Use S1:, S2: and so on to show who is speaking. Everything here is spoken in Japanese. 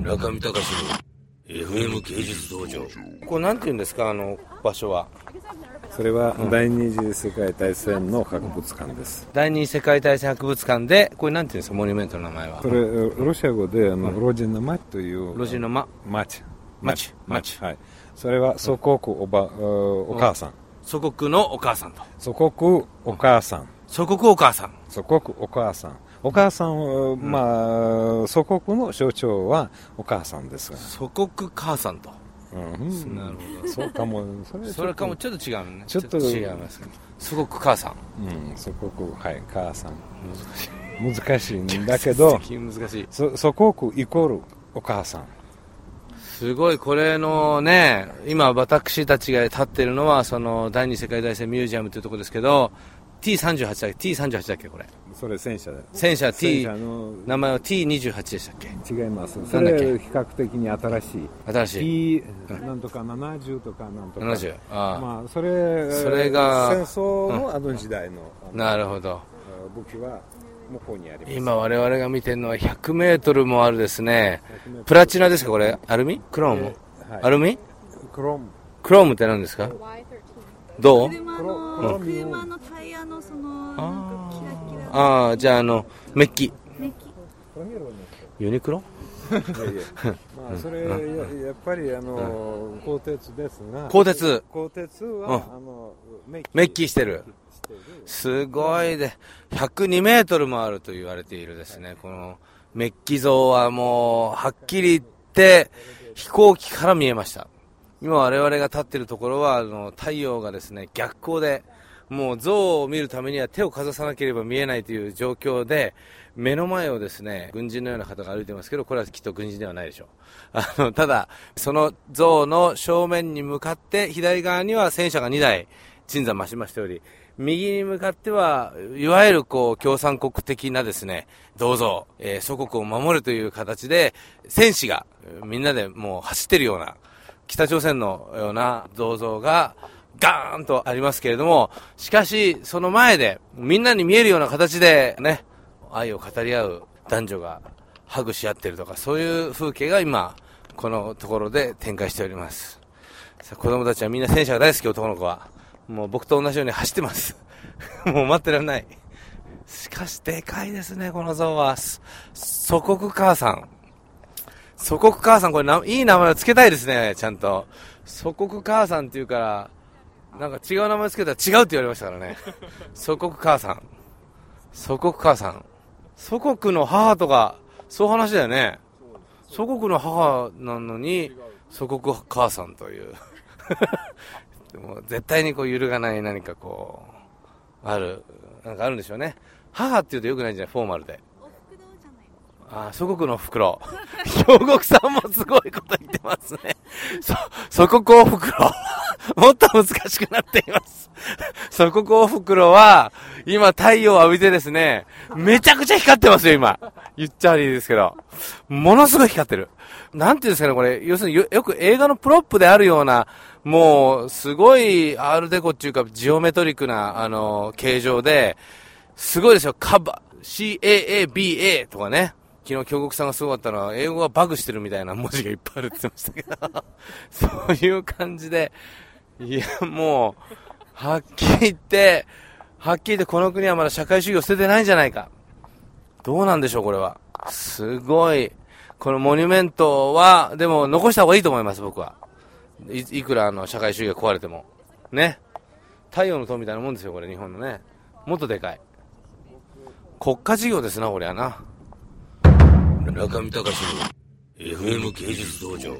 S1: 中見隆の FM 芸術道場
S2: これなんて言うんですかあの場所は
S3: それは第二次世界大戦の博物館です、
S2: 第二次世界大戦博物館でこれなんて言うんですかモニュメントの名前は
S3: これロシア語であの、ロジナマという
S2: 路地の間
S3: 町
S2: 町町
S3: はいそれは祖国おば、おお母さん
S2: 祖国のお母さんと
S3: 祖国お母さん
S2: 祖国お母さん
S3: 祖国お母さんお母さんは、まあ、祖国の象徴はお母さんですが、
S2: 祖国母さんと
S3: うん、
S2: なるほ
S3: そうかもそれ
S2: ど
S3: は
S2: それかもちょっと違うね
S3: ちょっと
S2: 違いますけど祖国母さん
S3: うん、祖国はい母さん難しいんだけど
S2: 難しい難しい
S3: そ祖国イコールお母さん
S2: すごいこれのね今私たちが立ってるのはその第二次世界大戦ミュージアムというところですけど T38 だっけ T38 だっけこれ
S3: それ戦車だよ
S2: 戦車 T
S3: の
S2: 名前は T28 でしたっけ
S3: 違います
S2: だ
S3: そ
S2: っけ
S3: れ比較的に新しい
S2: 新しい
S3: T なんとか70とかなんとか
S2: 70ああ
S3: まあそれ
S2: それが
S3: 戦争のあの時代の,あの、
S2: なるほど
S3: 武器は向こうにあります
S2: 今我々が見てるのは 100m もあるですねプラチナですかこれアルミクローム、
S3: はい
S2: アルミ
S3: クロム
S2: クロームって何ですかどう
S4: 車
S3: クロ
S4: の
S3: ミウム
S4: 車のタイヤのそのなんかキラキラ
S2: ああじゃああのメッキ
S4: メッキ
S2: ユニクロ
S3: いやいやまあそれややっぱりあの鋼鉄ですが
S2: 鋼鉄
S3: 鋼鉄
S2: うん
S3: はあのメッキ
S2: メッキしてる
S3: している
S2: すごいで、102メートルもあると言われているですね。このメッキ像はもう、はっきり言って、飛行機から見えました。今我々が立っているところは、あの、太陽がですね、逆光で、もう像を見るためには手をかざさなければ見えないという状況で、目の前をですね、軍人のような方が歩いてますけど、これはきっと軍人ではないでしょう。 あの、ただ、その像の正面に向かって、左側には戦車が2台、鎮座増しましており、右に向かっては、いわゆるこう、共産国的なですね、銅像、えー祖国を守るという形で、戦士が、えーみんなでもう走ってるような、北朝鮮のような銅像が、ガーンとありますけれども、しかし、その前で、みんなに見えるような形で、ね、愛を語り合う男女がハグし合ってるとか、そういう風景が今、このところで展開しております。さあ子供たちはみんな戦車が大好き、男の子は。もう僕と同じように走ってます。 もう待ってられない。しかし、でかいですね、この像は。す祖国母さん。祖国母さん、これな、いい名前を付けたいですね、ちゃんと。祖国母さんっていうから、なんか違う名前付けたら違うって言われましたからね。祖国母さん。祖国母さん。祖国の母とか、そういう話だよね。祖国の母なのに、祖国母さんという。でも絶対にこう揺るがない何かこう、ある、なんかあるんでしょうね。母って言うと良くないんじゃないフォーマルで。
S4: お福堂じゃないです
S2: あー祖国の袋。 兵庫さんもすごいこと言ってますね。 そ、祖国お袋。 もっと難しくなっています。 祖国お袋は、今太陽を浴びてですね、めちゃくちゃ光ってますよ、今。言っちゃ悪いですけど。ものすごい光ってる。なんていうんですかね、これ。要するによよく映画のプロップであるような、もう、すごいアールデコっていうか、ジオメトリックな、あの、形状で、すごいですよ、カバ、CAABA とかね。昨日、京極さんがすごかったのは、英語がバグしてるみたいな文字がいっぱいあるって言ってましたけど、 そういう感じで、いや、もう、はっきり言って、はっきり言ってこの国はまだ社会主義を捨ててないんじゃないか。どうなんでしょう、これは。すごい。このモニュメントは、でも残した方がいいと思います、僕は。いいくらあの社会主義が壊れても。ね。太陽の塔みたいなもんですよ、これ、日本のね。もっとでかい。国家事業ですな、こりゃな。
S1: 中見隆の FM 芸術道場